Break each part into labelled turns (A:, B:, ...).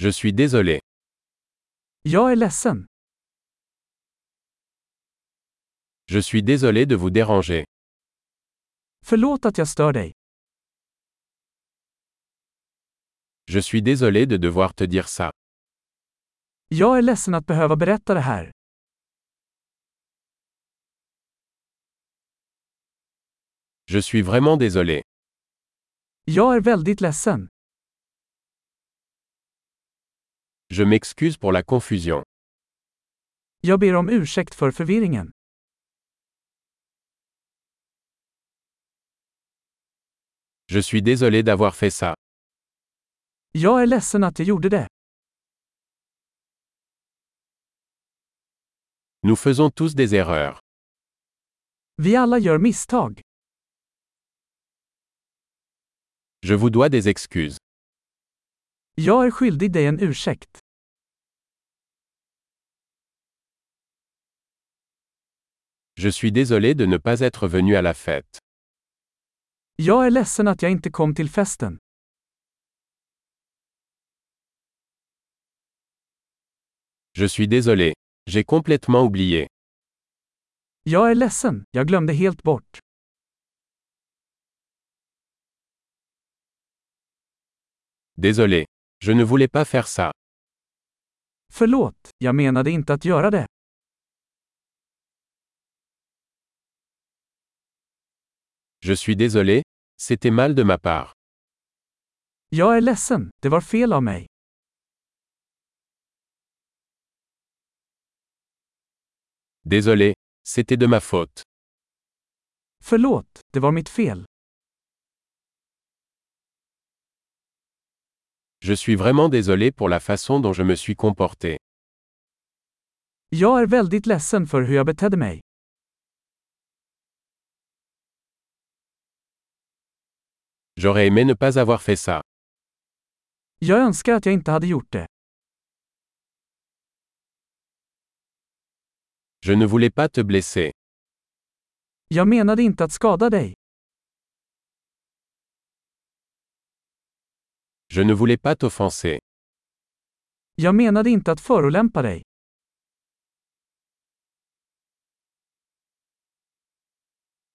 A: Je suis désolé.
B: Jag är ledsen.
A: Je suis désolé de vous déranger.
B: Förlåt att jag stör dig.
A: Je suis désolé de devoir te dire ça.
B: Jag är ledsen att behöva berätta det här.
A: Je suis vraiment désolé.
B: Jag är väldigt ledsen.
A: Je m'excuse pour la confusion.
B: Jag ber om ursäkt för förvirringen.
A: Je suis désolé d'avoir fait ça.
B: Jag är ledsen att jag gjorde det.
A: Nous faisons tous des erreurs.
B: Vi alla gör misstag.
A: Je vous dois des excuses.
B: Jag är skyldig dig en ursäkt.
A: Je suis désolé de ne pas être venu à la fête.
B: Jag är ledsen att jag inte kom till festen.
A: Je suis désolé. J'ai complètement oublié.
B: Jag är ledsen, jag glömde helt bort.
A: Désolé. Je ne voulais pas faire ça.
B: Förlåt, jag menade inte att göra det.
A: Je suis désolé. C'était mal de ma part.
B: Jag är ledsen, det var fel av mig.
A: Désolé. C'était de ma faute.
B: Förlåt, det var mitt fel.
A: Je suis vraiment désolé pour la façon dont je me suis comporté.
B: Jag är väldigt ledsen för hur jag betedde mig.
A: J'aurais aimé ne pas avoir fait ça.
B: Jag önskar att jag inte hade gjort det.
A: Je ne voulais pas te blesser.
B: Jag menade inte att skada dig.
A: Je ne voulais pas t'offenser.
B: Jag menade inte att förolämpa dig.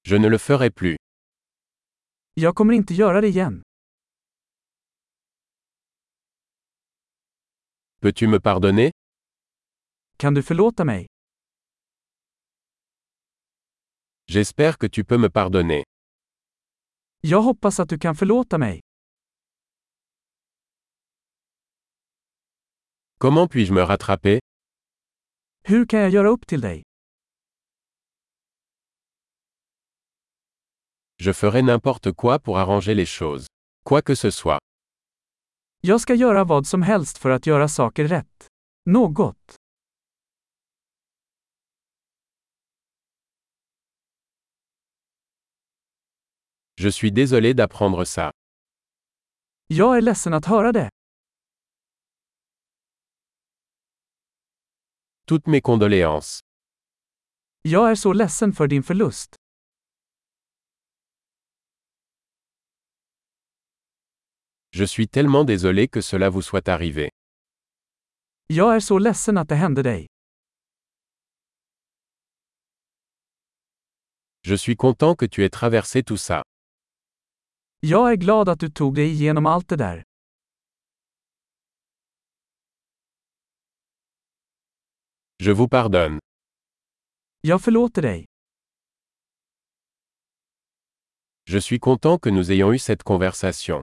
A: Je ne le ferai plus.
B: Jag kommer inte göra det igen.
A: Peux-tu me pardonner
B: Kan du förlåta mig?
A: J'espère que tu peux me pardonner.
B: Jag hoppas att du kan förlåta mig.
A: Comment puis-je me rattraper
B: Hur kan jag göra upp till dig?
A: Je ferai n'importe quoi pour arranger les choses. Quoi que ce soit.
B: Jag ska göra vad som helst för att göra saker rätt. Något.
A: Je suis désolé d'apprendre ça.
B: Jag är ledsen att höra det.
A: Toutes mes condoléances.
B: Jag är så ledsen för din förlust.
A: Je suis tellement désolé que cela vous soit arrivé.
B: Jag är så ledsen att det hände dig.
A: Je suis content que tu aies traversé tout ça.
B: Jag är glad att du tog dig igenom allt det där.
A: Je vous pardonne.
B: Jag förlåter dig.
A: Je suis content que nous ayons eu cette conversation.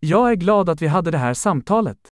B: Jag är glad att vi hade det här samtalet.